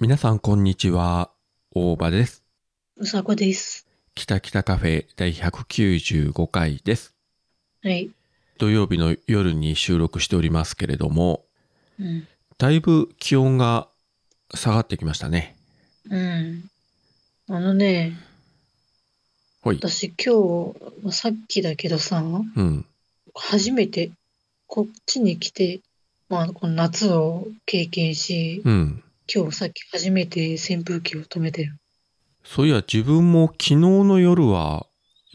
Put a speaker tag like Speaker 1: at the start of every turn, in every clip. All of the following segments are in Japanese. Speaker 1: 皆さんこんにちは。大場です。
Speaker 2: うさこです。
Speaker 1: 北北カフェ第195回です。
Speaker 2: はい。
Speaker 1: 土曜日の夜に収録しておりますけれども、
Speaker 2: うん。
Speaker 1: だいぶ気温が下がってきましたね。
Speaker 2: うん。あのね、
Speaker 1: ほい。
Speaker 2: 私今日、まあさっきだけどさ、
Speaker 1: うん。
Speaker 2: 初めてこっちに来て、まあ、この夏を経験し、
Speaker 1: うん。
Speaker 2: 今日さっき初めて扇風機を止めてる。
Speaker 1: そういや、自分も昨日の夜は、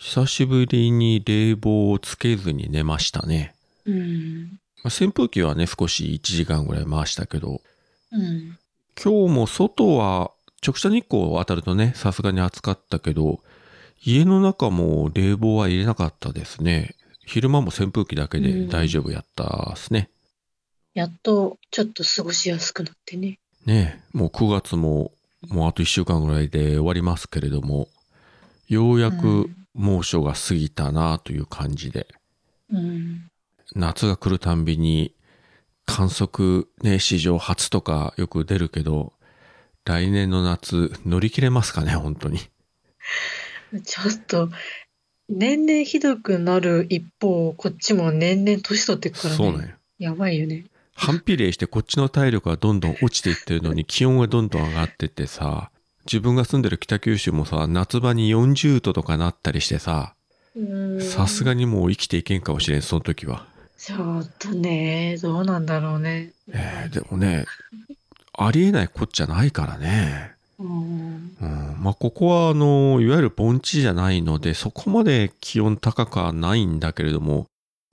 Speaker 1: 久しぶりに冷房をつけずに寝ましたね。
Speaker 2: うん。
Speaker 1: まあ扇風機はね、少し1時間ぐらい回したけど、
Speaker 2: うん。
Speaker 1: 今日も外は直射日光当たるとね、さすがに暑かったけど、家の中も冷房は入れなかったですね。昼間も扇風機だけで大丈夫やったっすね。
Speaker 2: やっとちょっと過ごしやすくなってね。
Speaker 1: ねえもう9月ももうあと1週間ぐらいで終わりますけれども、ようや
Speaker 2: う
Speaker 1: く
Speaker 2: ん
Speaker 1: 猛暑が過ぎたなという感じで、
Speaker 2: うん。
Speaker 1: 夏が来るたんびに観測ね、史上初とかよく出るけど、来年の夏乗り切れますかね、本当に。
Speaker 2: ちょっと、年々ひどくなる一方、こっちも年々年取ってくからね。
Speaker 1: そうなんよ。
Speaker 2: やばいよね。
Speaker 1: 反比例してこっちの体力がどんどん落ちていってるのに気温がどんどん上がってってさ、自分が住んでる北九州もさ、夏場に40度とかなったりしてさ、
Speaker 2: うん
Speaker 1: さすがにもう生きていけんかもしれん、その時は。
Speaker 2: ちょっとね、どうなんだろうね。
Speaker 1: えーでもね、ありえないこっちゃないからね。
Speaker 2: うん。
Speaker 1: うん、まあここはあの、いわゆる盆地じゃないので、そこまで気温高くはないんだけれども、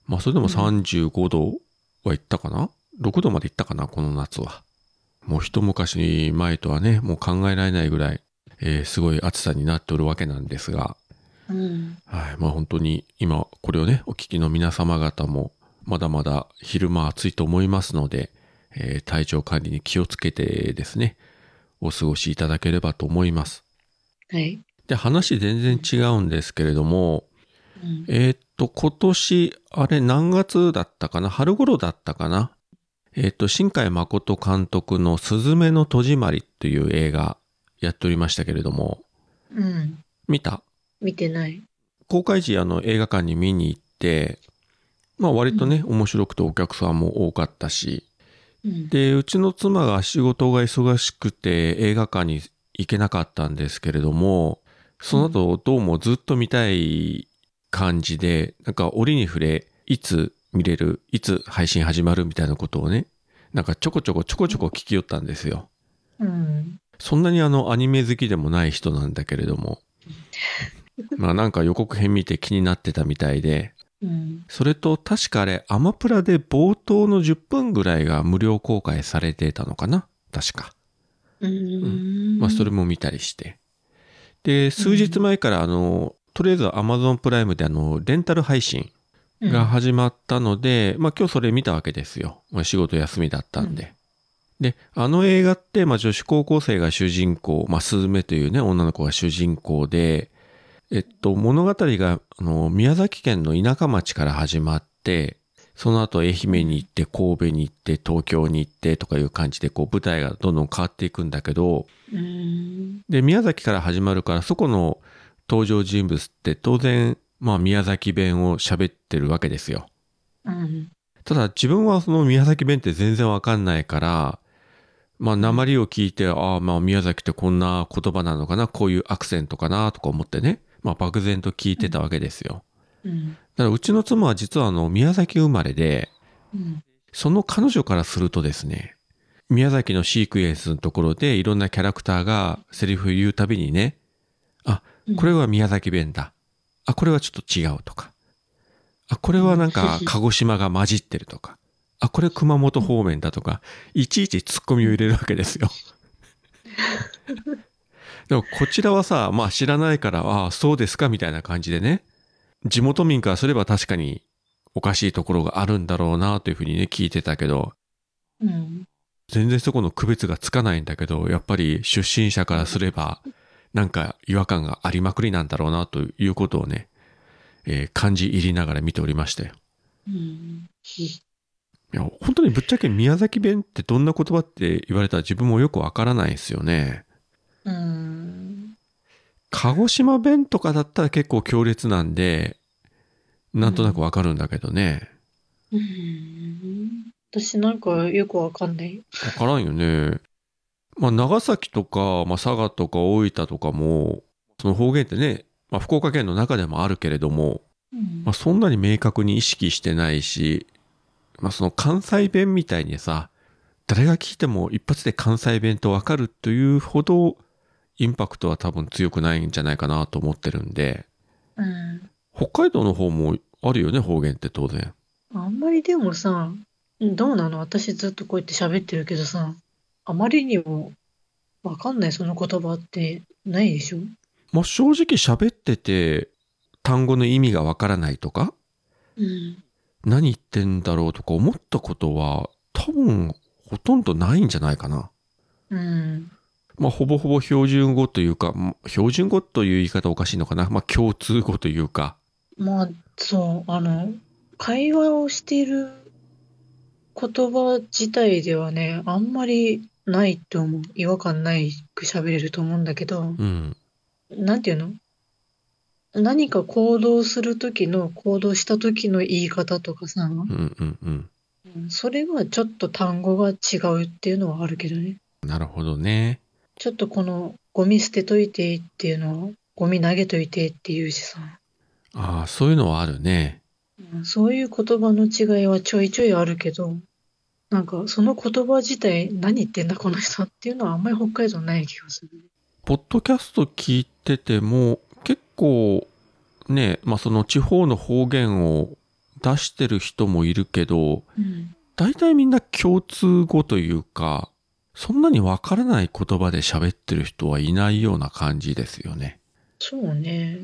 Speaker 1: まあそれでも35度はいったかな ?6 度までいったかなこの夏は。もう一昔前とはね、もう考えられないぐらい、えーすごい暑さになっておるわけなんですが、
Speaker 2: うん。
Speaker 1: はい、まあ本当に今これをね、お聞きの皆様方も、まだまだ昼間暑いと思いますので、えー体調管理に気をつけてですね、お過ごしいただければと思います。
Speaker 2: はい。
Speaker 1: で、話全然違うんですけれども、
Speaker 2: うん、
Speaker 1: えーっと、今年、あれ何月だったかな春頃だったかなえーっと、新海誠監督のすずめの戸締まりっていう映画やっておりましたけれども、
Speaker 2: うん。
Speaker 1: 見た
Speaker 2: 見てない。
Speaker 1: 公開時あの映画館に見に行って、まあ割とね、面白くてお客さんも多かったし、
Speaker 2: うん。
Speaker 1: で、うちの妻が仕事が忙しくて映画館に行けなかったんですけれども、その後どうもずっと見たい感じで、なんか折に触れ、いつ見れる、いつ配信始まるみたいなことをね、なんかちょこちょこちょこちょこ聞きよったんですよ。
Speaker 2: うん。
Speaker 1: そんなにあのアニメ好きでもない人なんだけれども、まあなんか予告編見て気になってたみたいで、
Speaker 2: うん。
Speaker 1: それと確かあれアマプラで冒頭の10分ぐらいが無料公開されてたのかな確か。
Speaker 2: うん。
Speaker 1: まあそれも見たりして。で、数日前からあの、とりあえず Amazon プライムであの、レンタル配信が始まったので、まあ今日それ見たわけですよ。まあ仕事休みだったんで。で、あの映画って、まあ女子高校生が主人公、まあスズメというね、女の子が主人公で、えっと、物語が、あの、宮崎県の田舎町から始まって、その後愛媛に行って、神戸に行って、東京に行ってとかいう感じで、こう舞台がどんどん変わっていくんだけど、
Speaker 2: うん。
Speaker 1: で、宮崎から始まるから、そこの登場人物って当然、まあ宮崎弁を喋ってるわけですよ。
Speaker 2: うん。
Speaker 1: ただ自分はその宮崎弁って全然わかんないから、まあ鉛を聞いて、ああまあ宮崎ってこんな言葉なのかな、こういうアクセントかなとか思ってね、まあ漠然と聞いてたわけですよ。
Speaker 2: うん。
Speaker 1: だからうちの妻は実はあの宮崎生まれで、
Speaker 2: うん。
Speaker 1: その彼女からするとですね、宮崎のシークエンスのところでいろんなキャラクターがセリフ言うたびにね、あ、これは宮崎弁だ。あ、これはちょっと違うとか。あ、これはなんか
Speaker 2: うん
Speaker 1: 鹿児島が混じってるとか。あ、これ熊本方面だとか、いちいちツッコミを入れるわけですよ。でもこちらはさ、まあ知らないから、ああ、そうですかみたいな感じでね、地元民からすれば確かにおかしいところがあるんだろうなというふうにね、聞いてたけど、
Speaker 2: うん。
Speaker 1: 全然そこの区別がつかないんだけど、やっぱり出身者からすれば、なんか違和感がありまくりなんだろうなということをね、えー感じ入りながら見ておりましたよ。
Speaker 2: うん。
Speaker 1: いや、本当にぶっちゃけ宮崎弁ってどんな言葉って言われたら自分もよくわからないですよね。
Speaker 2: うん。
Speaker 1: 鹿児島弁とかだったら結構強烈なんで、なんとなくわかるんだけどね。
Speaker 2: うん。私なんかよくわかんない。
Speaker 1: わからんよね。まあ、長崎とか、まあ、佐賀とか大分とかも、その方言ってね、まあ、福岡県の中でもあるけれども、
Speaker 2: うん
Speaker 1: まあ、そんなに明確に意識してないし、まあ、その関西弁みたいにさ、誰が聞いても一発で関西弁とわかるというほど、インパクトは多分強くないんじゃないかなと思ってるんで、
Speaker 2: うん。
Speaker 1: 北海道の方もあるよね、方言って当然。
Speaker 2: あんまりでもさ、どうなの私ずっとこうやって喋ってるけどさ、あまりにもわかんないその言葉ってないでしょ
Speaker 1: まあ、正直喋ってて、単語の意味がわからないとか、
Speaker 2: うん。
Speaker 1: 何言ってんだろうとか思ったことは多分ほとんどないんじゃないかな。
Speaker 2: うん。
Speaker 1: まあほぼほぼ標準語というか、ん標準語という言い方おかしいのかな。まあ共通語というか。
Speaker 2: まあ、そう、あの、会話をしている言葉自体ではね、あんまりないと思う。違和感ないく喋れると思うんだけど、
Speaker 1: うん。
Speaker 2: なんていうの何か行動する時の、行動した時の言い方とかさ、
Speaker 1: うんうんうん。
Speaker 2: うんそれはちょっと単語が違うっていうのはあるけどね。
Speaker 1: なるほどね。
Speaker 2: ちょっとこのゴミ捨てといてっていうのはゴミ投げといてっていうしさ、
Speaker 1: ああ、そういうのはあるね。
Speaker 2: うんそういう言葉の違いはちょいちょいあるけど、なんかその言葉自体何言ってんだこの人っていうのはあんまり北海道ない気がする。
Speaker 1: ポッドキャスト聞いてても結構ね、まあその地方の方言を出してる人もいるけど、
Speaker 2: うん。
Speaker 1: 大体みんな共通語というか、そんなにわからない言葉で喋ってる人はいないような感じですよね。
Speaker 2: そうね。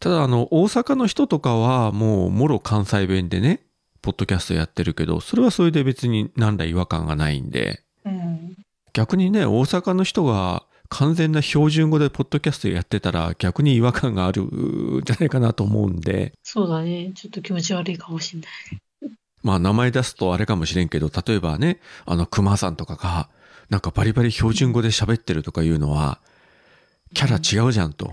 Speaker 1: ただあの、大阪の人とかはもうもろ関西弁でね、ポッドキャストやってるけど、それはそれで別に何ら違和感がないんで、
Speaker 2: うん。
Speaker 1: 逆にね、大阪の人が完全な標準語でポッドキャストやってたら逆に違和感があるんじゃないかなと思うんで、
Speaker 2: そうだね。ちょっと気持ち悪いかもしれない。
Speaker 1: まあ名前出すとあれかもしれんけど、例えばね、あの熊さんとかが、なんかバリバリ標準語で喋ってるとかいうのは、キャラ違うじゃんと。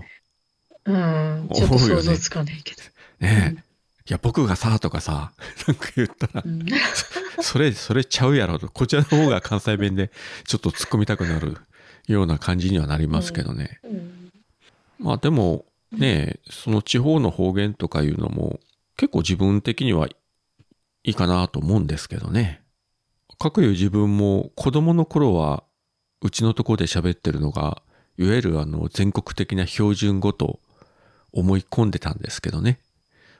Speaker 2: うん。ちょっと想像つかないけど。
Speaker 1: ねえ。いや、僕がさ、とかさ、なんか言ったら、
Speaker 2: うん。
Speaker 1: それ、それちゃうやろと、こちらの方が関西弁でちょっと突っ込みたくなるような感じにはなりますけどね。
Speaker 2: うん。
Speaker 1: まあでも、ねえ、その地方の方言とかいうのも、結構自分的にはいいかなと思うんですけどね。かくいう自分も子供の頃は、うちのとこで喋ってるのが、いわゆるあの全国的な標準語と思い込んでたんですけどね。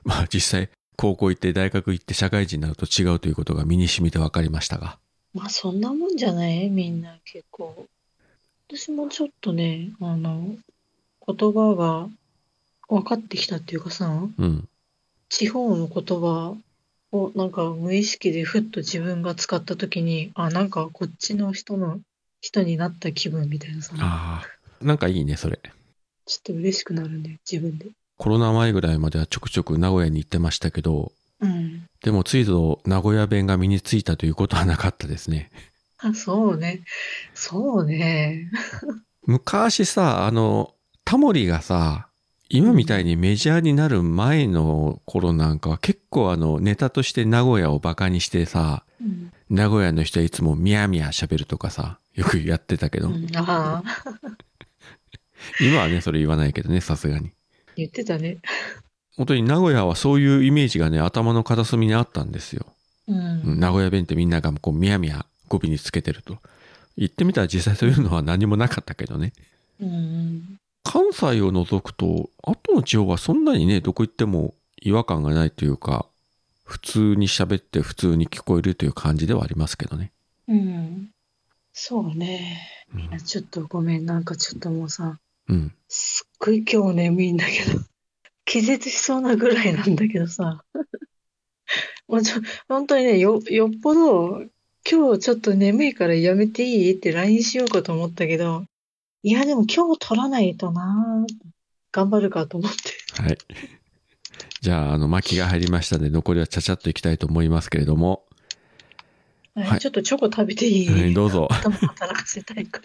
Speaker 1: まあ実際、高校行って大学行って社会人になると違うということが身に染みて分かりましたが。
Speaker 2: まあそんなもんじゃないみんな結構。私もちょっとね、あの、言葉が分かってきたっていうかさ、
Speaker 1: うん。
Speaker 2: 地方の言葉をなんか無意識でふっと自分が使った時に、あ、なんかこっちの人の人になった気分みたいなさ、ち
Speaker 1: ああ。なんかいいね、それ。
Speaker 2: ょっと嬉しくなるんだよ、自分で。
Speaker 1: コロナ前ぐらいまではちょくちょく名古屋に行ってましたけど、
Speaker 2: うん。
Speaker 1: でもついぞ名古屋弁が身についたということはなかったですね。
Speaker 2: あ、そうね。そうね。
Speaker 1: 昔さ、あの、タモリがさ、今みたいにメジャーになる前の頃なんかは結構あのネタとして名古屋をバカにしてさ、
Speaker 2: うん。
Speaker 1: 名古屋の人はいつもミヤミヤ喋るとかさ、よくやってたけど、
Speaker 2: うんああ、
Speaker 1: 今はね、それ言わないけどね、さすがに。
Speaker 2: 言ってたね。
Speaker 1: 本当に名古屋はそういうイメージがね、頭の片隅にあったんですよ。
Speaker 2: う
Speaker 1: うん
Speaker 2: ん。
Speaker 1: 名古屋弁ってみんながこうミヤミヤ語尾につけてると。言ってみたら実際そういうのは何もなかったけどね。
Speaker 2: うん。
Speaker 1: 関西を除くと、後の地方はそんなにね、どこ行っても違和感がないというか、普通に喋って普通に聞こえるという感じではありますけどね。
Speaker 2: うん。そうね。
Speaker 1: うん
Speaker 2: いや。ちょっとごめん、なんかちょっともうさ、
Speaker 1: うん、
Speaker 2: すっごい今日眠いんだけど、 気絶しそうなぐらいなんだけどさ、 もうちょ、本当にね、よ、よっぽど、今日ちょっと眠いからやめていいって LINE しようかと思ったけど、いや、でも今日取らないとな、頑張るかと思って。
Speaker 1: はい。 じゃあ、あの、巻きが入りましたので、残りはちゃちゃっといきたいと思いますけれども、
Speaker 2: はい
Speaker 1: はい
Speaker 2: ちょっとチョコ食べていい、
Speaker 1: はいどうぞ。
Speaker 2: 頭働かせたいか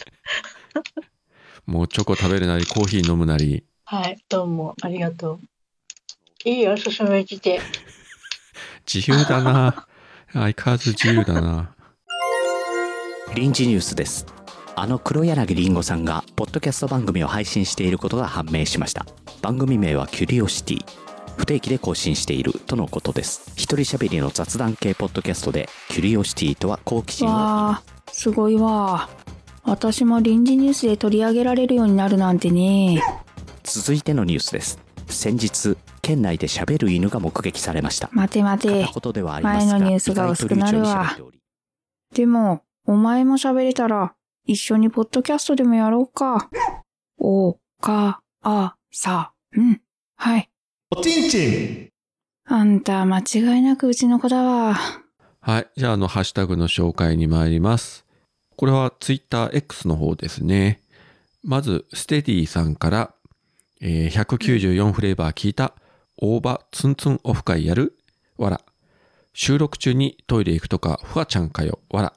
Speaker 2: ら。
Speaker 1: もうチョコ食べるなり、コーヒー飲むなり。
Speaker 2: はい、どうもありがとう。いいよ、進めてて。
Speaker 1: 自由だな。相変わらず自由だな。
Speaker 3: 臨時ニュースですあの黒柳りんごさんがポッドキャスト番組を配信していることが判明しました番組名はキュリオシティ不定期で更新しているとのことです一人喋りの雑談系ポッドキャストでキュリオシティとは好奇心を
Speaker 4: わあすごいわ私も臨時ニュースで取り上げられるようになるなんてね
Speaker 3: 続いてのニュースです先日県内で喋る犬が目撃されました
Speaker 4: 待て待て
Speaker 3: 片言ではありますが
Speaker 4: 前のニュースが薄くなるわ
Speaker 3: 意外と流暢に喋っており
Speaker 4: でもお前も喋れたら一緒にポッドキャストでもやろうかおかあさうんはい
Speaker 5: おちんちん
Speaker 4: あんた間違いなくうちの子だわ
Speaker 1: はい。じゃあ、あの、ハッシュタグの紹介に参ります。これは TwitterX の方ですね。まず、ステディさんから、えー194フレーバー聞いた、大場ツンツンオフ会やるわら。収録中にトイレ行くとか、フワちゃんかよわら。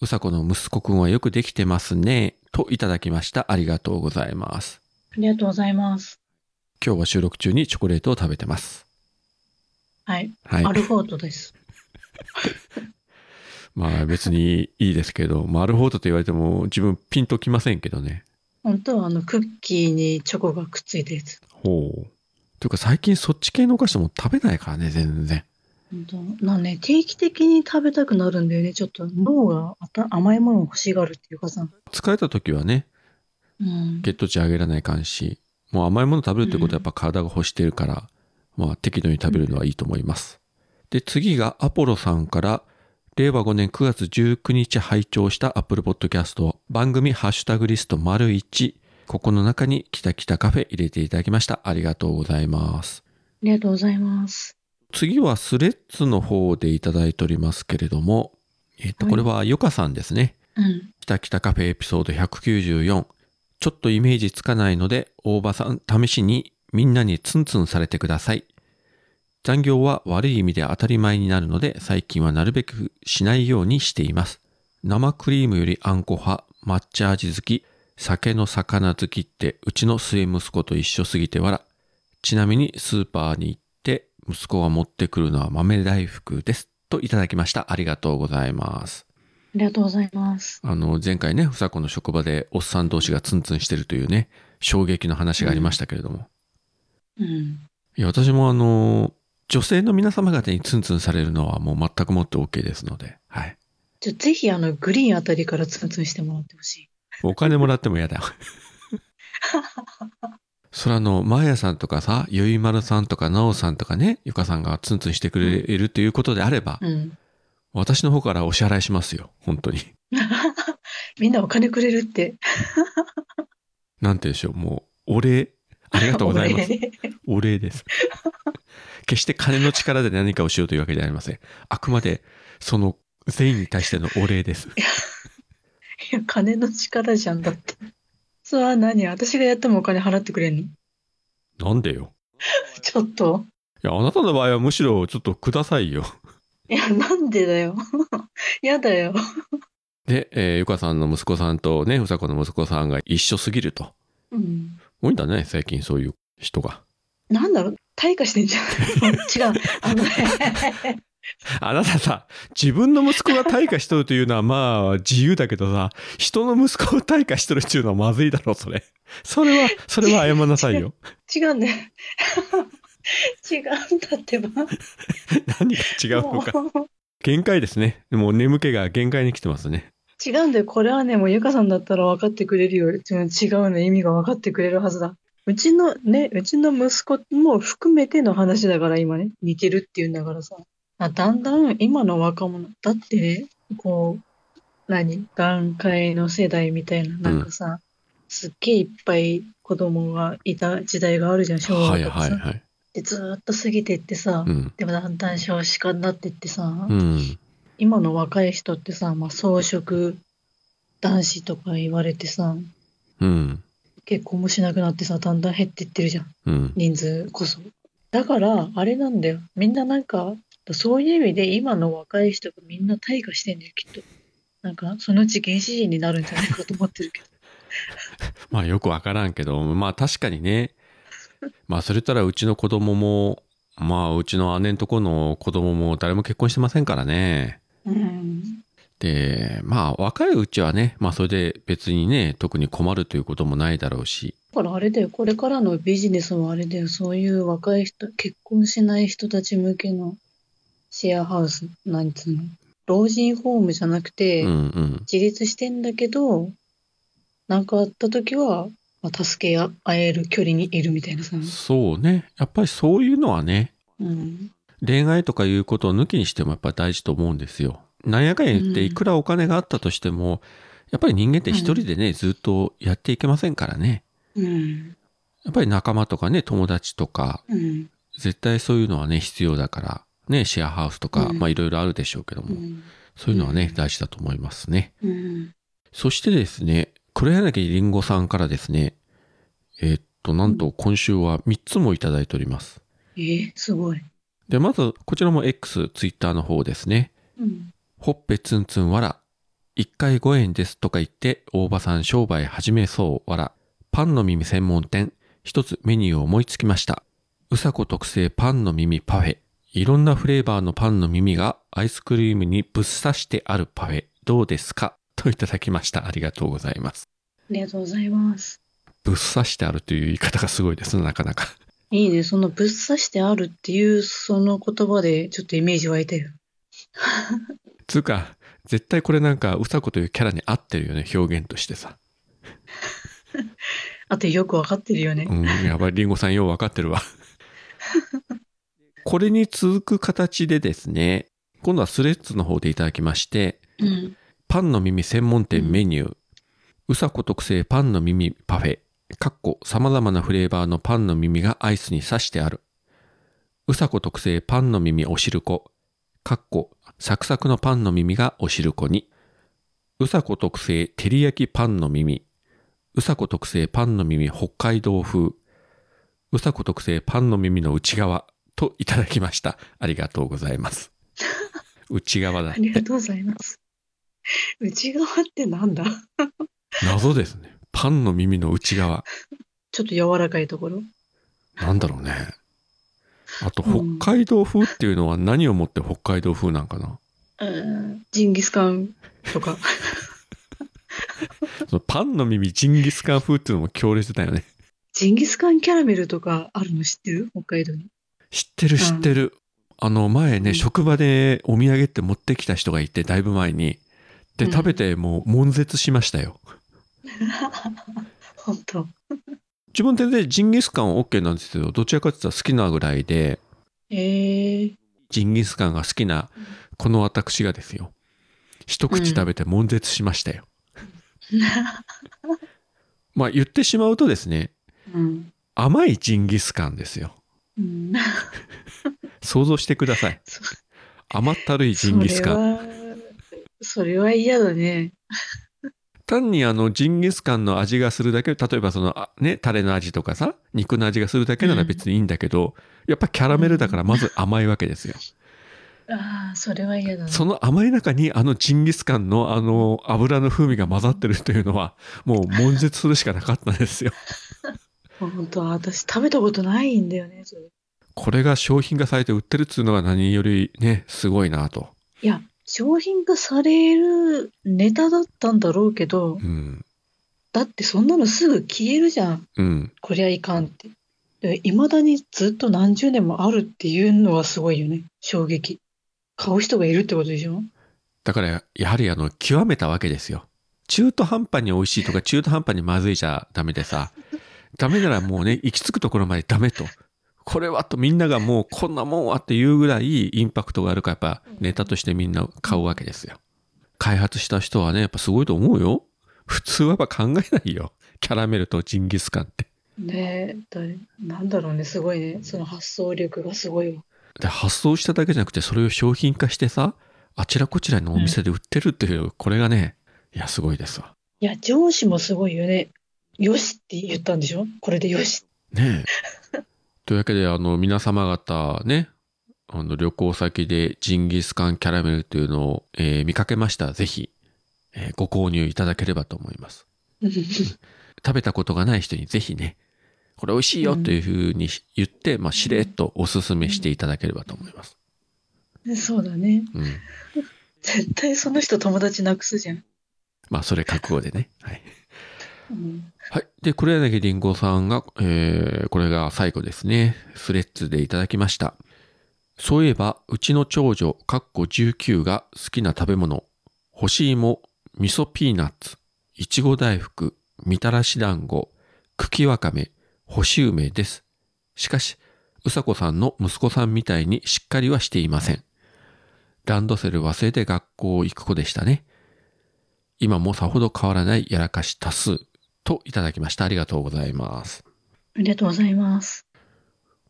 Speaker 1: うさこの息子くんはよくできてますね。といただきました。ありがとうございます。
Speaker 2: ありがとうございます。
Speaker 1: 今日は収録中にチョコレートを食べてます。
Speaker 2: はい、
Speaker 1: はい
Speaker 2: ア。ルフォートです。
Speaker 1: まあ別にいいですけど、まあアルフォートと言われても自分ピンときませんけどね。
Speaker 2: 本当はあのクッキーにチョコがくっついたやつ。
Speaker 1: ほう。というか最近そっち系のお菓子も食べないからね、全然。
Speaker 2: 本当なんね、定期的に食べたくなるんだよね。ちょっと脳があた甘いものを欲しがるっていうかさ。
Speaker 1: 疲れた時はね、
Speaker 2: うん。
Speaker 1: 血糖値上げられないかんし、もう甘いもの食べるってことはやっぱ体が欲してるから、まあ適度に食べるのはいいと思います。で、次がアポロさんから、令和5年9月19日拝聴したアップルポッドキャスト番組ハッシュタグリスト丸1、ここの中にキタキタカフェ入れていただきました。ありがとうございます。
Speaker 2: ありがとうございます。
Speaker 1: 次はスレッズの方でいただいておりますけれども、えっ、と、
Speaker 2: はい
Speaker 1: これはヨカさんですね。
Speaker 2: うん。
Speaker 1: きたきたカフェエピソード194。ちょっとイメージつかないので、大場さん試しにみんなにツンツンされてください。残業は悪い意味で当たり前になるので、最近はなるべくしないようにしています。生クリームよりあんこ派、抹茶味好き、酒の魚好きってうちの末息子と一緒すぎて笑。ちなみにスーパーに行って息子が持ってくるのは豆大福です。といただきました。ありがとうございます。
Speaker 2: ありがとうございます。
Speaker 1: あの、前回ね、ふさこの職場でおっさん同士がツンツンしてるというね、衝撃の話がありましたけれども。
Speaker 2: うん。
Speaker 1: いや、私もあの、女性の皆様方にツンツンされるのはもう全くもって OK ですので、はい。
Speaker 2: じゃぜひあのグリーンあたりからツンツンしてもらってほしい。
Speaker 1: お金もらっても嫌だ よ。それあの、マーヤさんとかさ、ゆいまるさんとか、なおさんとかね、ゆかさんがツンツンしてくれるということであれば、
Speaker 2: うん。
Speaker 1: 私の方からお支払いしますよ。本当に。
Speaker 2: みんなお金くれるって。
Speaker 1: なんて言うんでしょう、もう、お礼、ありがとうございます。
Speaker 2: お礼
Speaker 1: お礼です。決して金の力で何かをしようというわけではありません。あくまで、その善意に対してのお礼です。
Speaker 2: いや、 金の力じゃんだって。それは何私がやってもお金払ってくれんの
Speaker 1: なんでよ。
Speaker 2: ちょっと。
Speaker 1: いや、あなたの場合はむしろちょっとくださいよ。
Speaker 2: いや、なんでだよ。 やだよ。
Speaker 1: で、えーゆかさんの息子さんとね、ふさこの息子さんが一緒すぎると。
Speaker 2: うん。
Speaker 1: 多いんだね、最近そういう人が。
Speaker 2: なんだろう退化してんじゃん。違 う。あの ね。
Speaker 1: あなたさ、自分の息子が退化しとるというのはまあ自由だけどさ、人の息子を退化しとるっていうのはまずいだろ、それ。それは、それは謝んなさいよ。
Speaker 2: 違うんだよ。 違うんだってば。
Speaker 1: 何が違うのか。
Speaker 2: もう
Speaker 1: 限界ですね。もう眠気が限界に来てますね。
Speaker 2: 違うんだよ。これはね、もうゆかさんだったら分かってくれるよ。違うの意味が分かってくれるはずだ。うちのね、うちの息子も含めての話だから今ね、似てるって言うんだからさ。あだんだん今の若者、だってね、こう、何段階の世代みたいな、なんかさ、すっげえいっぱい子供がいた時代があるじゃん、昭和
Speaker 1: はい
Speaker 2: とかさ。
Speaker 1: はいはい。
Speaker 2: でずーっと過ぎてってさ、
Speaker 1: うん。
Speaker 2: でもだんだん少子化になってってさ、
Speaker 1: うん。
Speaker 2: 今の若い人ってさ、まあ、草食男子とか言われてさ
Speaker 1: うん。
Speaker 2: 結婚もしなくなってさだんだん減っていってるじゃん
Speaker 1: うん。
Speaker 2: 人数こそだからあれなんだよみんななんかだそういう意味で今の若い人がみんな退化してんだよ、きっと。なんか、そのうち原始人になるんじゃない かと思ってるけど。
Speaker 1: まあよくわからんけど、まあ確かにね。まあそれたらうちの子供も、まあうちの姉んとこの子供も誰も結婚してませんからね。
Speaker 2: うん。
Speaker 1: で、まあ若いうちはね、まあそれで別にね、特に困るということもないだろうし。
Speaker 2: だからあれだよ、これからのビジネスもあれだよ、そういう若い人、結婚しない人たち向けのシェアハウス、なんつうの。老人ホームじゃなくて、
Speaker 1: うんうん。
Speaker 2: 自立してんだけど、なんかあった時は、まあ、助け合える距離にいるみたいなさ。
Speaker 1: そうね。やっぱりそういうのはね、
Speaker 2: うん。
Speaker 1: 恋愛とかいうことを抜きにしてもやっぱ大事と思うんですよ。なんやかんや言って
Speaker 2: うん
Speaker 1: いくらお金があったとしても、やっぱり人間って一人でね、ずっとやっていけませんからね。
Speaker 2: うん。
Speaker 1: やっぱり仲間とかね、友達とか、
Speaker 2: うん。
Speaker 1: 絶対そういうのはね、必要だから、ね、シェアハウスとか、
Speaker 2: うん
Speaker 1: まあいろいろあるでしょうけど
Speaker 2: う
Speaker 1: も、
Speaker 2: ん。
Speaker 1: そういうのはね
Speaker 2: う、ん
Speaker 1: 大事だと思いますね。
Speaker 2: うん。
Speaker 1: そしてですね、黒柳りんごさんからですね、えっと、なんと今週は3つもいただいております。
Speaker 2: えー、すごい。
Speaker 1: で、まず、こちらも X、Twitter の方ですね。
Speaker 2: うん。
Speaker 1: ほっぺつんつんわら。一回5円ですとか言って、大場さん商売始めそうわら。パンの耳専門店。一つメニューを思いつきました。うさこ特製パンの耳パフェ。いろんなフレーバーのパンの耳がアイスクリームにぶっ刺してあるパフェ。どうですかといただきました。ありがとうございます。
Speaker 2: ありがとうございます。
Speaker 1: ぶっ刺してあるという言い方がすごいですね、なかなか。
Speaker 2: いいね。そのぶっ刺してあるっていうその言葉でちょっとイメージ湧いたよ。
Speaker 1: つうか、絶対これなんか、うさこというキャラに合ってるよね、表現としてさ。
Speaker 2: あとよくわかってるよね。
Speaker 1: うん、やばい、リンゴさんよう分かってるわ。これに続く形でですね、今度はスレッズの方でいただきまして、
Speaker 2: うん。
Speaker 1: パンの耳専門店メニュー、うさこ特製パンの耳パフェ、かっこ様々なフレーバーのパンの耳がアイスに刺してある。うさこ特製パンの耳おしるこ、かっこサクサクのパンの耳がおしるこに。うさこ特製照り焼きパンの耳、うさこ特製パンの耳北海道風、うさこ特製パンの耳の内側といただきました。ありがとうございます。内側だっ
Speaker 2: あり
Speaker 1: て
Speaker 2: が。とうございます。 内側ってなんだ
Speaker 1: 謎ですね。パンの耳の内側。
Speaker 2: ちょっと柔らかいところ。
Speaker 1: なんだろうね。あと、
Speaker 2: うん
Speaker 1: 北海道風っていうのは何をもって北海道風なんかな、
Speaker 2: うん。ジンギスカンとか。
Speaker 1: そのパンの耳ジンギスカン風っていうのも強烈だよね。
Speaker 2: ジンギスカンキャラメルとかあるの知ってる北海道に。
Speaker 1: 知ってる知ってる。あの、前ね、
Speaker 2: うん
Speaker 1: 職場でお土産って持ってきた人がいて、だいぶ前に。で、
Speaker 2: うん
Speaker 1: 食べてもう悶絶しましたよ。
Speaker 2: 本当。
Speaker 1: 自分全然ジンギスカン OK なんですけど、どちらかって言ったら好きなぐらいで、
Speaker 2: えー、
Speaker 1: ジンギスカンが好きな、この私がですよ。一口食べて悶絶しましたよ。まあ言ってしまうとですね、
Speaker 2: うん。
Speaker 1: 甘いジンギスカンですよ。
Speaker 2: うん。
Speaker 1: 想像してください。
Speaker 2: そ
Speaker 1: 甘ったるいジンギスカン。
Speaker 2: それは、それは嫌だね。
Speaker 1: 単にあのジンギスカンの味がするだけ、例えばそのあね、タレの味とかさ、肉の味がするだけなら別にいいんだけど、やっぱキャラメルだからまず甘いわけですよ。
Speaker 2: ああ、それは嫌だね。
Speaker 1: その甘い中にあのジンギスカンのあの油の風味が混ざってるというのは、もう悶絶するしかなかったんですよ。
Speaker 2: 本当は私食べたことないんだよね、それ。
Speaker 1: これが商品化されて売ってるっつうのが何よりね、すごいなと。
Speaker 2: いや、商品化されるネタだったんだろうけど
Speaker 1: う、ん。
Speaker 2: だってそんなのすぐ消えるじゃん。
Speaker 1: うん。
Speaker 2: こりゃいかんって。いまだにずっと何十年もあるっていうのはすごいよね。衝撃。買う人がいるってことでしょ
Speaker 1: だから、やはりあの、極めたわけですよ。中途半端に美味しいとか、中途半端にまずいじゃダメでさ、ダメならもうね、行き着くところまでダメと。これはとみんながもうこんなもんはっていうぐらいインパクトがあるから、やっぱネタとしてみんな買うわけですよ。開発した人はね、やっぱすごいと思うよ。普通はやっぱ考えないよ。キャラメルとジンギスカンって。
Speaker 2: ねえだい、なんだろうね、すごいね。その発想力がすごいわ。
Speaker 1: で発想しただけじゃなくてそれを商品化してさあちらこちらのお店で売ってるっていう、これがねいやすごいですわ
Speaker 2: いや、上司もすごいよね。よしって言ったんでしょこれでよし。
Speaker 1: ねえというわけであの皆様方ねあの旅行先でジンギスカンキャラメルというのを、えー見かけましたらぜひ、えーご購入いただければと思います。食べたことがない人にぜひね、これ美味しいよというふうに言って、まあ、しれっとおすすめしていただければと思います。
Speaker 2: そうだね。
Speaker 1: うん。
Speaker 2: 絶対その人友達なくすじゃん。
Speaker 1: まあ、それ覚悟でね。はい。
Speaker 2: うん
Speaker 1: はい。で、黒柳りんごさんが、えー、これが最後ですね。スレッズでいただきました。そういえば、うちの長女、かっこ19が好きな食べ物、干し芋、味噌ピーナッツ、いちご大福、みたらし団子、茎わかめ、干し梅です。しかし、うさこさんの息子さんみたいにしっかりはしていません。ランドセル忘れて学校行く子でしたね。今もさほど変わらないやらかし多数といただきました。ありがとうございます。
Speaker 2: ありがとうございます。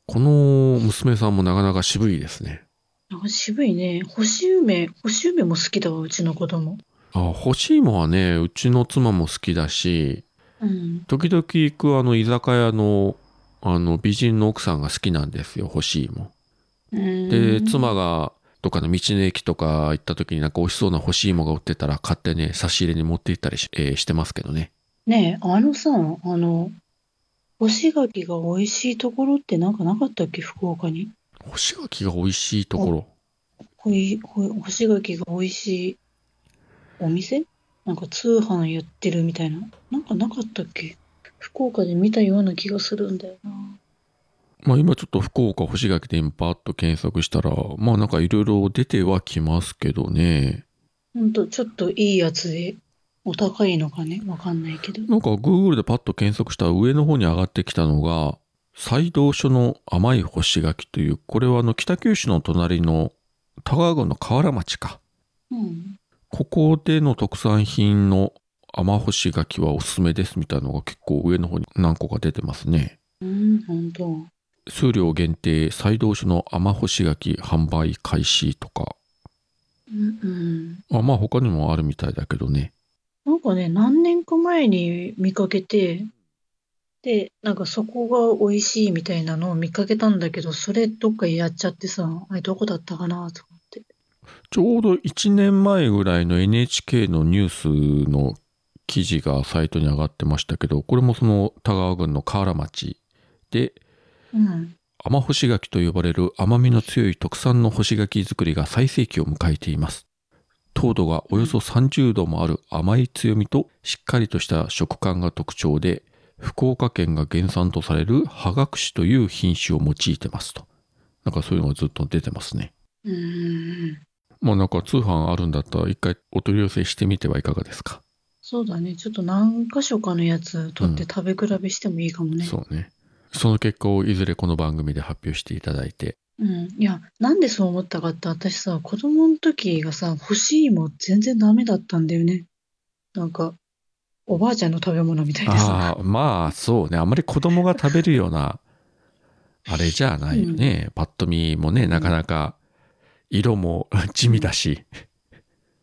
Speaker 1: この娘さんもなかなか渋いですね。
Speaker 2: あ渋いね。星梅、星梅も好きだわ、うちの子供。
Speaker 1: あ、干し芋はね、うちの妻も好きだし、
Speaker 2: うん。
Speaker 1: 時々行くあの居酒屋のあの美人の奥さんが好きなんですよ、干し芋。で、妻がとかの道の駅とか行った時になんか美味しそうな干し芋が売ってたら買ってね、差し入れに持って行ったりし,、えーしてますけどね。
Speaker 2: ねえ、あのさ、あの、干し柿が美味しいところってなんかなかったっけ、福岡に。
Speaker 1: 干し柿が美味しいところ。
Speaker 2: ほい、ほい、干し柿が美味しいお店なんか通販やってるみたいな。なんかなかったっけ福岡で見たような気がするんだよな。
Speaker 1: まあ今ちょっと福岡干し柿で今パッと検索したら、まあなんかいろいろ出てはきますけどね。
Speaker 2: ほんと、ちょっといいやつで、お高いのかね、わかんないけど。
Speaker 1: なんか Google でパッと検索したら上の方に上がってきたのが、西道所の甘い干し柿という、これはあの北九州の隣の田川郡の河原町か。
Speaker 2: うん。
Speaker 1: ここでの特産品の甘干し柿はおすすめですみたいなのが結構上の方に何個か出てますね。
Speaker 2: うん、ほんと。
Speaker 1: 数量限定、西道所の甘干し柿販売開始とか。
Speaker 2: うん、うん。
Speaker 1: あまあ他にもあるみたいだけどね。
Speaker 2: なんかね、何年か前に見かけて、で、なんかそこが美味しいみたいなのを見かけたんだけど、それどっかやっちゃってさ、あれどこだったかなと思って。
Speaker 1: ちょうど1年前ぐらいの NHK のニュースの記事がサイトに上がってましたけど、これもその田川郡の河原町で、
Speaker 2: うん。
Speaker 1: 甘干し柿と呼ばれる甘みの強い特産の干し柿作りが最盛期を迎えています。糖度がおよそ30度もある甘い強みとしっかりとした食感が特徴で、福岡県が原産とされる葉隠しという品種を用いてますと。なんかそういうのがずっと出てますね。
Speaker 2: うんうんうん。
Speaker 1: まあなんか通販あるんだったら一回お取り寄せしてみてはいかがですか。
Speaker 2: そうだね。ちょっと何箇所かのやつ取って食べ比べしてもいいかもね。
Speaker 1: そうね。その結果をいずれこの番組で発表していただいて。
Speaker 2: うん。いや、なんでそう思ったかって、私さ、子供の時がさ、欲しいも全然ダメだったんだよね。なんか、おばあちゃんの食べ物みたいでさ。
Speaker 1: ああ、まあそうね。あんまり子供が食べるよう な、あれじゃないよね。パッと見もね、なかなか色も 地味だし。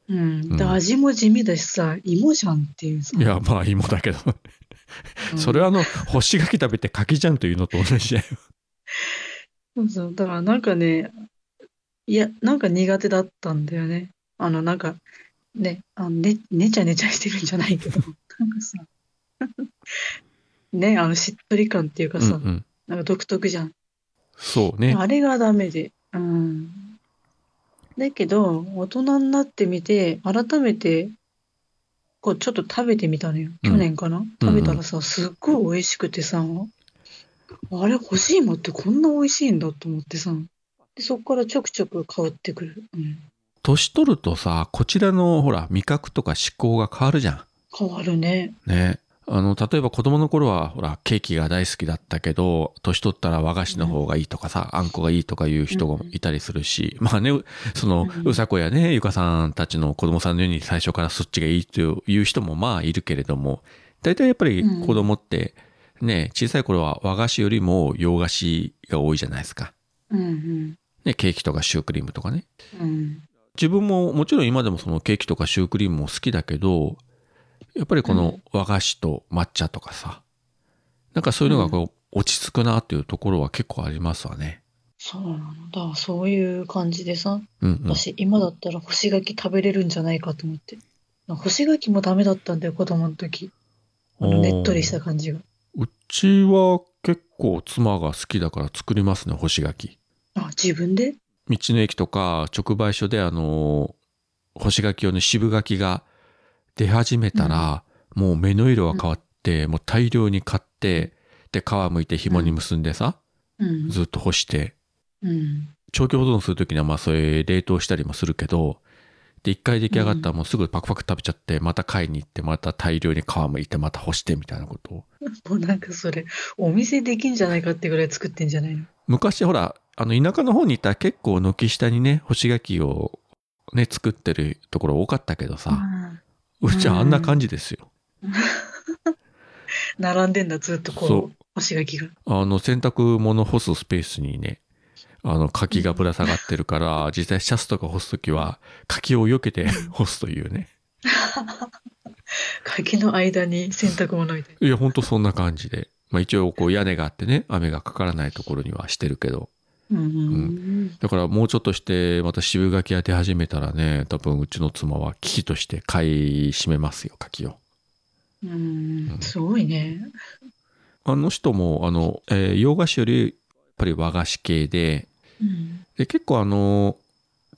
Speaker 2: うん。
Speaker 1: う
Speaker 2: で、
Speaker 1: ん
Speaker 2: 味も地味だしさ、芋じゃんっていうさ。
Speaker 1: いや、まあ芋だけど。
Speaker 2: うん
Speaker 1: それはあの、干し柿食べて柿じゃんというのと同じだよ。
Speaker 2: そうそう。だからなんかね、いや、なんか苦手だったんだよね。あの、なんか、ね、あのね、ねちゃねちゃしてるんじゃないけど、なんかさ、 ね、あの、しっとり感っていうか
Speaker 1: うんう
Speaker 2: さ、
Speaker 1: ん。
Speaker 2: なんか独特じゃん。
Speaker 1: そうね。
Speaker 2: あれがダメで。うん。だけど、大人になってみて、改めて、こう、ちょっと食べてみたのよ。
Speaker 1: うん
Speaker 2: 去年かな、食べたらさ、すっごい美味しくてさ、あれ、欲しいもってこんな美味しいんだと思ってさ、でそこからちょくちょく変わってくる。うん。
Speaker 1: 年取るとさ、こちらのほら、味覚とか思考が変わるじゃん。
Speaker 2: 変わるね。
Speaker 1: ね。あの、例えば子供の頃は、ほら、ケーキが大好きだったけど、年取ったら和菓子の方がいいとかさ、あんこがいいとかいう人がいたりするし、まあね、うその、
Speaker 2: うん
Speaker 1: うさこやね、ゆかさんたちの子供さんのように最初からそっちがいいという人もまあいるけれども、大体やっぱり子供って、ね、小さい頃は和菓子よりも洋菓子が多いじゃないですか。
Speaker 2: うん
Speaker 1: ね、ケーキとかシュークリームとかね。
Speaker 2: うん。うん。
Speaker 1: 自分ももちろん今でもそのケーキとかシュークリームも好きだけどやっぱりこの和菓子と抹茶とかさなんかそういうのがこう落ち着くなっていうところは結構ありますわね。
Speaker 2: そうなの。だからそういう感じでさ、
Speaker 1: うんうん。
Speaker 2: 私今だったら干し柿食べれるんじゃないかと思って。干し柿もダメだったんだよ、子供の時。あのねっとりした感じが。
Speaker 1: うちは結構妻が好きだから作りますね、干し柿。
Speaker 2: あ、自分で
Speaker 1: 道の駅とか直売所であのー、干し柿用の渋柿が出始めたら、もう目の色が変わって、もう大量に買って、で、皮剥いて紐に結んでさ、
Speaker 2: うん。
Speaker 1: ずっと干して、
Speaker 2: うん。
Speaker 1: 長期保存するときにはまあそれ冷凍したりもするけど、で、一回出来上がったらもうすぐパクパク食べちゃって、また買いに行って、また大量に皮むいて、また干してみたいなことを。
Speaker 2: もうなんかそれ、お店できんじゃないかってぐらい作ってんじゃないの
Speaker 1: 昔ほら、あの田舎の方にいたら結構軒下にね、干し柿をね、作ってるところ多かったけどさ、うちはあんな感じですよ。
Speaker 2: 並んでんだ、ずっと
Speaker 1: そ
Speaker 2: こう、干し柿が。
Speaker 1: あの洗濯物干すスペースにね、あの柿がぶら下がってるから、実際シャツとか干すときは柿を避けて干すというね。
Speaker 2: 柿の間に洗濯物みたい
Speaker 1: いや、ほんとそんな感じで。まあ一応こう屋根があってね、雨がかからないところにはしてるけど。
Speaker 2: な。うんうん
Speaker 1: う
Speaker 2: うん。
Speaker 1: だからもうちょっとして、また渋柿が出始めたらね、多分うちの妻は危機として買い占めますよ、柿を。
Speaker 2: うん、すごいね。
Speaker 1: あの人も、あの、えー洋菓子より、やっぱり和菓子系で、
Speaker 2: うん。
Speaker 1: で、結構あの、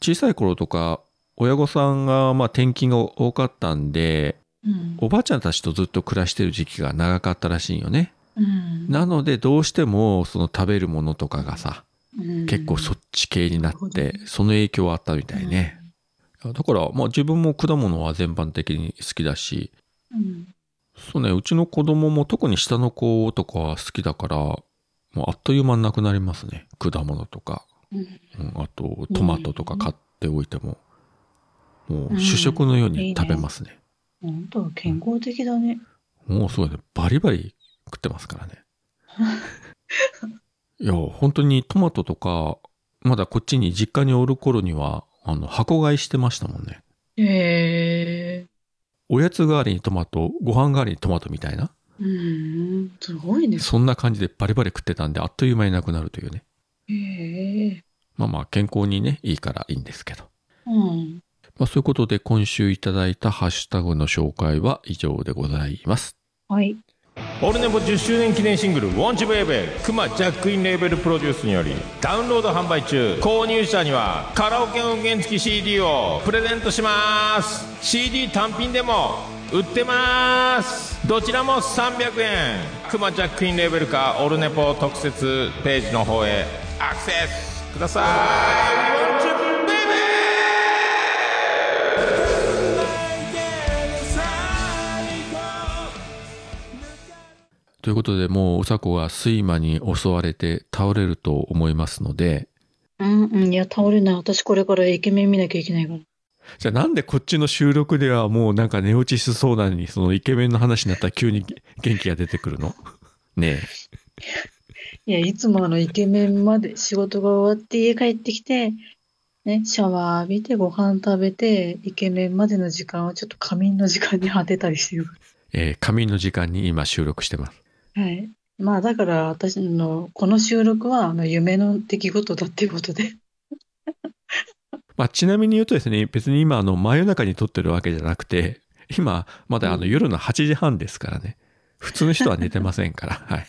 Speaker 1: 小さい頃とか、親御さんが、まあ、転勤が多かったんで、
Speaker 2: うん。
Speaker 1: おばあちゃんたちとずっと暮らしてる時期が長かったらしいんよね。
Speaker 2: うん
Speaker 1: なので、どうしても、その食べるものとかがさ、
Speaker 2: うん
Speaker 1: 結構そっち系になっ
Speaker 2: なる
Speaker 1: て
Speaker 2: ほ、ど
Speaker 1: その影響はあったみたいね。だから、まあ、自分も果物は全般的に好きだし、
Speaker 2: うん。
Speaker 1: そうね、うちの子供も特に下の子とかは好きだから、もうあっという間になくなりますね。果物とか、
Speaker 2: うん
Speaker 1: うん、あとトマトとか買っておいても、も
Speaker 2: う
Speaker 1: うん主食のように食べますね。
Speaker 2: 本当健康的だね。
Speaker 1: もうすごいね、バリバリ食ってますからね。いや、本当にトマトとか、まだこっちに実家におる頃には、あの、箱買いしてましたもんね。
Speaker 2: へえ。
Speaker 1: おやつ代わりにトマト、ご飯代わりにトマトみたいな。
Speaker 2: うん。すごいね。
Speaker 1: そんな感じでバリバリ食ってたんで、あっという間になくなるというね。
Speaker 2: へえ。
Speaker 1: まあまあ健康にね、いいからいいんですけど。
Speaker 2: うん。
Speaker 1: まあそういうことで今週いただいたハッシュタグの紹介は以上でございます。
Speaker 2: はい。
Speaker 5: オルネポ10周年記念シングル「ウォンチウェーベクマジャックインレーベルプロデュースによりダウンロード販売中購入者にはカラオケ音源付き CD をプレゼントします CD 単品でも売ってますどちらも300円クマジャックインレーベルかオルネポ特設ページの方へアクセスくださいウォンチウェーベ
Speaker 1: ということでもううさこが睡魔に襲われて倒れると思いますので、
Speaker 2: うんうん。いや、倒れない。私これからイケメン見なきゃいけないから。
Speaker 1: じゃあなんでこっちの収録ではもうなんか寝落ちしそうなのにそのイケメンの話になったら急に元気が出てくるの ね
Speaker 2: いや、いつもあのイケメンまで仕事が終わって家帰ってきて、ね、シャワー浴びてご飯食べて、イケメンまでの時間をちょっと仮眠の時間に当てたりしてる。
Speaker 1: え。えー、仮眠の時間に今収録してます。
Speaker 2: はい。まあだから私のこの収録はあの夢の出来事だっていうことで。
Speaker 1: まあ、ちなみに言うとですね、別に今あの真夜中に撮ってるわけじゃなくて、今まだあの夜の8時半ですからね。普通の人は寝てませんから、 はい。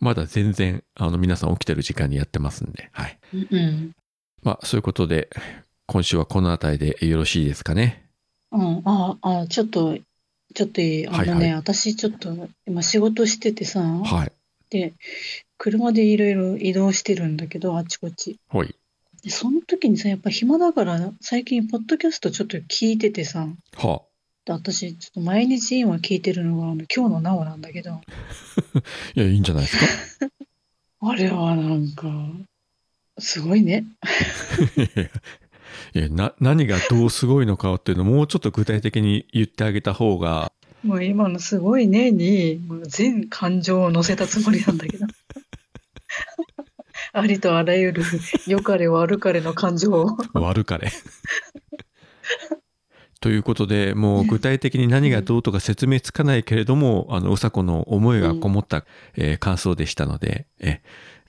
Speaker 1: まだ全然あの皆さん起きてる時間にやってますんで、はい。
Speaker 2: うん。
Speaker 1: まあそういうことで、今週はこの辺りでよろしいですかね。
Speaker 2: うん。ああ、ちょっと、ちょっといい。あのね、
Speaker 1: はいはい
Speaker 2: 私ちょっと今仕事しててさ、
Speaker 1: はい。
Speaker 2: で、車でいろいろ移動してるんだけど、あっちこっち。
Speaker 1: ほい。
Speaker 2: で、その時にさ、やっぱ暇だから、最近、ポッドキャストちょっと聞いててさ、
Speaker 1: は
Speaker 2: で私、ちょっと毎日今聞いてるのが、あの、今日のなおなんだけど、
Speaker 1: あ。いや、いいんじゃないですか。
Speaker 2: あれはなんか、すごいね。
Speaker 1: いやいやいやな、何がどうすごいのかっていうのをもうちょっと具体的に言ってあげた方が、
Speaker 2: もう今のすごいねに、もう全感情を乗せたつもりなんだけ ど。ありとあらゆる良かれ悪かれの感情を。
Speaker 1: 悪かれ。 ということで、もう具体的に何がどうとか説明つかないけれども、あの、うさこの思いがこもった、えー感想でしたので、え、えっ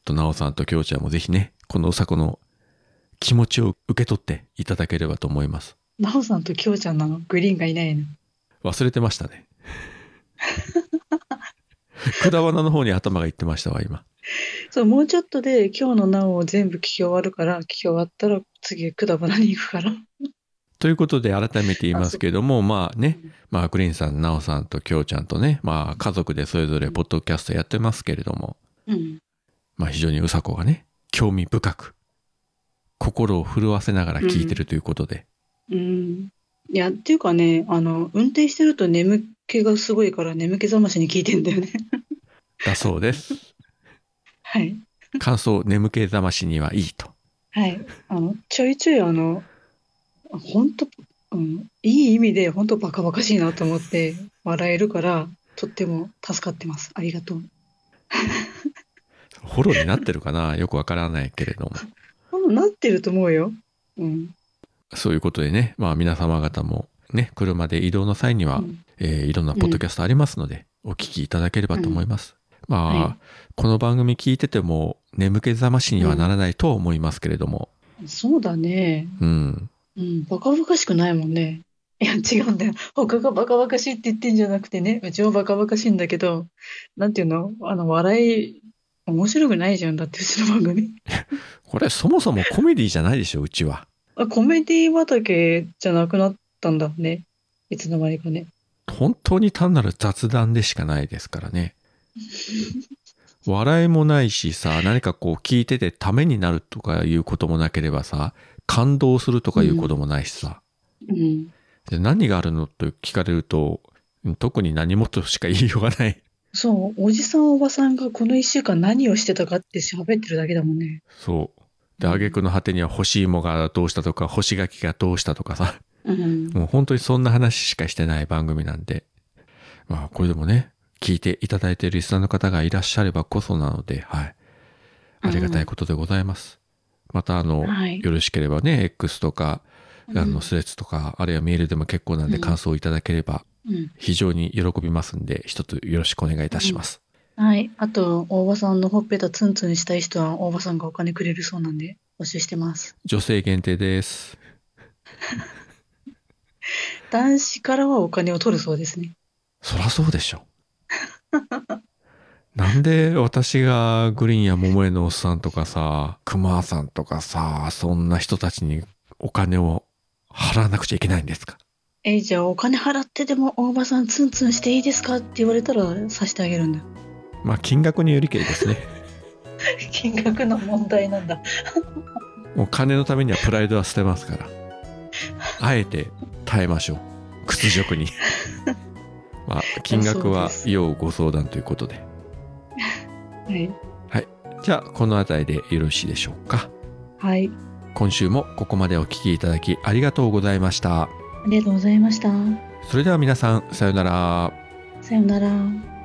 Speaker 1: と、なおさんときょうちゃんもぜひね、このうさこの気持ちを受け取っていただければと思います。
Speaker 2: なおさんときょうちゃんなのグリーンがいないの。
Speaker 1: 忘れてましたね。くだばなの方に頭がいってましたわ、今。
Speaker 2: そう、もうちょっとで今日のなおを全部聞き終わるから、聞き終わったら次、くだばなに行くから。
Speaker 1: ということで改めて言いますけども、まあね、まあグリーンさん、ナオさんとキョウちゃんとね、まあ家族でそれぞれポッドキャストやってますけれども、
Speaker 2: うん。
Speaker 1: まあ非常にうさこがね、興味深く、心を震わせながら聞いてるということで、
Speaker 2: うん。いや、っていうかね、あの、運転してると眠気がすごいから眠気覚ましに聞いてんだよね。
Speaker 1: だそうです。
Speaker 2: はい。
Speaker 1: 感想、眠気覚ましにはいいと。
Speaker 2: はい。あの、ちょいちょいあの、本当、うん、いい意味で本当バカバカしいなと思って笑えるから、とっても助かってます。ありがとう。
Speaker 1: フォローになってるかなよくわからないけれども。
Speaker 2: 多分なってると思うよ。うん。
Speaker 1: そういうことでね、まあ皆様方もね、車で移動の際には、
Speaker 2: うん
Speaker 1: えーいろんなポッドキャストありますので、お聞きいただければと思います。まあ、
Speaker 2: は
Speaker 1: この番組聞いてても眠気覚ましにはならないとは思いますけれども、
Speaker 2: そうだね。
Speaker 1: うん、
Speaker 2: うん、バカバカしくないもんね。いや、違うんだよ。他がバカバカしいって言ってんじゃなくてね、うちもバカバカしいんだけど、なんていうのあの、笑い、面白くないじゃん。だってうちの番組。
Speaker 1: これそもそもコメディじゃないでしょ、うちは。
Speaker 2: あ、コメディ畑じゃなくなったんだね。いつの間にかね。
Speaker 1: 本当に単なる雑談でしかないですから ね。笑いもないしさ、何かこう聞いててためになるとかいうこともなければさ、感動するとかいうこともないしさ、
Speaker 2: うん。
Speaker 1: で何があるのと聞かれると、うん特に何もとしか言いようがない。
Speaker 2: そう、おじさんおばさんがこの一週間何をしてたかって喋ってるだけだもんね。
Speaker 1: そう。で、挙句の果てには干し芋がどうしたとか、干し柿がどうしたとかさ、
Speaker 2: うん。
Speaker 1: もう本当にそんな話しかしてない番組なんで、まあこれでもね、聞いていただいているリスナーの方がいらっしゃればこそなので、はい。ありがたいことでございます。またあの、
Speaker 2: はい
Speaker 1: よろしければね、X とか、あ
Speaker 2: う
Speaker 1: の、
Speaker 2: ん
Speaker 1: スレッズとか、あるいはメールでも結構なんで
Speaker 2: うん
Speaker 1: 感想をいただければ
Speaker 2: うん。
Speaker 1: 非常に喜びますんで、一つよろしくお願いいたします。
Speaker 2: はい。あと、大場さんのほっぺたツンツンしたい人は、大場さんがお金くれるそうなんで、募集してます。
Speaker 1: 女性限定です。
Speaker 2: 男子からはお金を取るそうですね。
Speaker 1: そらそうでしょ。 なんで私がグリーンや桃江のおっさんとかさ、熊さんとかさ、そんな人たちにお金を払わなくちゃいけないんですか
Speaker 2: えじゃあお金払ってでも大場さんツンツンしていいですかって言われたらさしてあげるんだ。
Speaker 1: まあ金額によりけりですね。
Speaker 2: 金額の問題なんだ。
Speaker 1: もう金のためにはプライドは捨てますから。あえて耐えましょう。屈辱に。まあ金額は要ご相談ということで。
Speaker 2: はい。
Speaker 1: じゃあこの辺りでよろしいでしょうか。
Speaker 2: はい。
Speaker 1: 今週もここまでお聞きいただきありがとうございました。
Speaker 2: ありがとうございました。
Speaker 1: それでは皆さん、さようなら。
Speaker 2: さようなら。